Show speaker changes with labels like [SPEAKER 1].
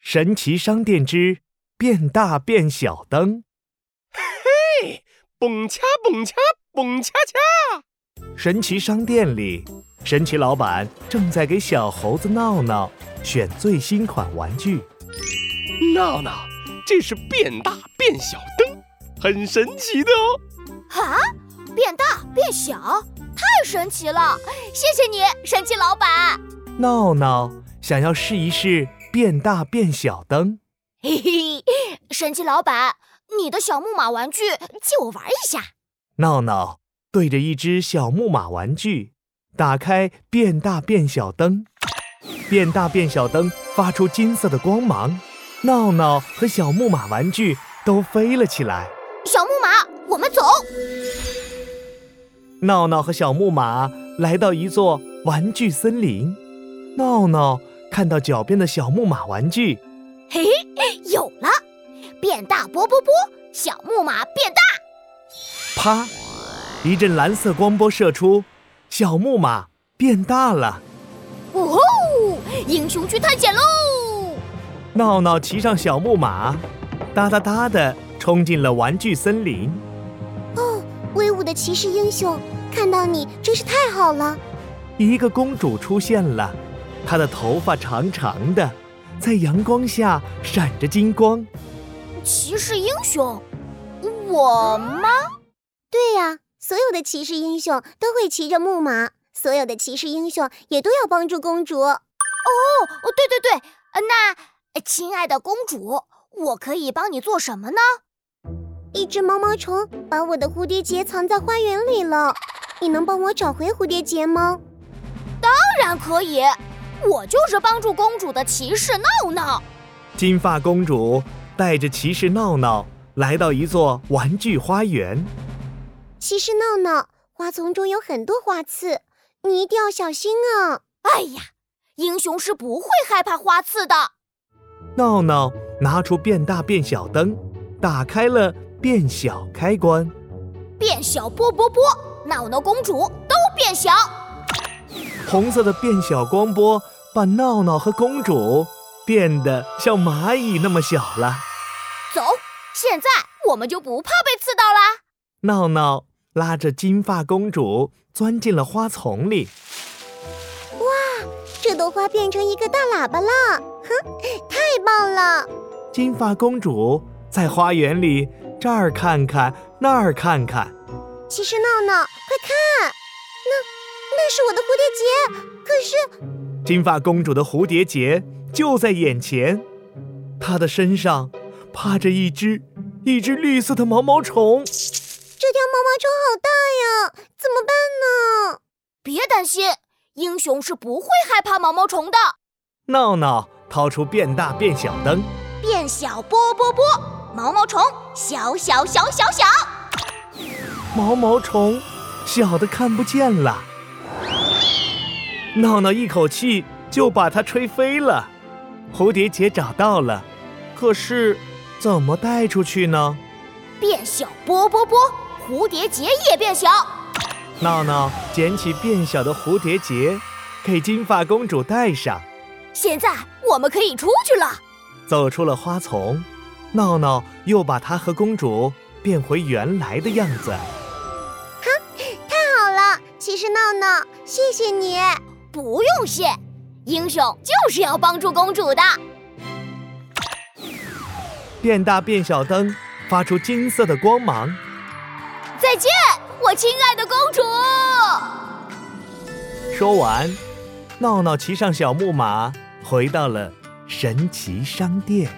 [SPEAKER 1] 神奇商店之变大变小灯。
[SPEAKER 2] 嘿，蹦恰蹦恰蹦恰恰！
[SPEAKER 1] 神奇商店里，神奇老板正在给小猴子闹闹选最新款玩具。
[SPEAKER 2] 闹闹，这是变大变小灯，很神奇的哦。
[SPEAKER 3] 啊，变大变小，太神奇了！谢谢你，神奇老板。
[SPEAKER 1] 闹闹想要试一试变大变小灯。
[SPEAKER 3] 嘿嘿，神奇老板，你的小木马玩具借我玩一下。
[SPEAKER 1] 闹闹对着一只小木马玩具，打开变大变小灯，变大变小灯发出金色的光芒，闹闹和小木马玩具都飞了起来。
[SPEAKER 3] 小木马，我们走。
[SPEAKER 1] 闹闹和小木马来到一座玩具森林，闹闹看到脚边的小木马玩具，
[SPEAKER 3] 嘿嘿，有了！变大波波波，小木马变大。
[SPEAKER 1] 啪！一阵蓝色光波射出，小木马变大了。
[SPEAKER 3] 哦吼！英雄去探险喽！
[SPEAKER 1] 闹闹骑上小木马，哒哒哒的冲进了玩具森林。
[SPEAKER 4] 哦，威武的骑士英雄，看到你真是太好了！
[SPEAKER 1] 一个公主出现了，她的头发长长的，在阳光下闪着金光。
[SPEAKER 3] 骑士英雄，我吗？
[SPEAKER 4] 对呀、啊，所有的骑士英雄都会骑着木马，所有的骑士英雄也都要帮助公主。哦，
[SPEAKER 3] 对对对，那呃亲爱的公主，我可以帮你做什么呢？
[SPEAKER 4] 一只毛毛虫把我的蝴蝶结藏在花园里了，你能帮我找回蝴蝶结吗？
[SPEAKER 3] 当然可以，我就是帮助公主的骑士闹闹。
[SPEAKER 1] 金发公主带着骑士闹闹来到一座玩具花园。
[SPEAKER 4] 骑士闹闹，花丛中有很多花刺，你一定要小心啊！
[SPEAKER 3] 哎呀，英雄是不会害怕花刺的。
[SPEAKER 1] 闹闹拿出变大变小灯，打开了变小开关。
[SPEAKER 3] 变小波波波，闹闹公主都变小。
[SPEAKER 1] 红色的变小光波把闹闹和公主变得像蚂蚁那么小了。
[SPEAKER 3] 走，现在我们就不怕被刺到啦！
[SPEAKER 1] 闹闹。拉着金发公主钻进了花丛里。
[SPEAKER 4] 哇，这朵花变成一个大喇叭了，哼，太棒了！
[SPEAKER 1] 金发公主在花园里这儿看看那儿看看。
[SPEAKER 4] 骑士闹闹，快看，那那是我的蝴蝶结，可是……
[SPEAKER 1] 金发公主的蝴蝶结就在眼前，她的身上趴着一只一只绿色的毛毛虫。
[SPEAKER 4] 这条毛毛虫好大呀，怎么办呢？
[SPEAKER 3] 别担心，英雄是不会害怕毛毛虫的。
[SPEAKER 1] 闹闹掏出变大变小灯，
[SPEAKER 3] 变小波波波，毛毛虫小小小小小，
[SPEAKER 1] 毛毛虫小的看不见了。闹闹一口气就把它吹飞了。蝴蝶结找到了，可是怎么带出去呢？
[SPEAKER 3] 变小波波波。蝴蝶结也变小，
[SPEAKER 1] 闹闹捡起变小的蝴蝶结，给金发公主戴上。
[SPEAKER 3] 现在我们可以出去了。
[SPEAKER 1] 走出了花丛，闹闹又把她和公主变回原来的样子。
[SPEAKER 4] 哈，太好了，骑士闹闹，谢谢你。
[SPEAKER 3] 不用谢，英雄就是要帮助公主的。
[SPEAKER 1] 变大变小灯发出金色的光芒。
[SPEAKER 3] 再见，我亲爱的公主。
[SPEAKER 1] 说完，闹闹骑上小木马，回到了神奇商店。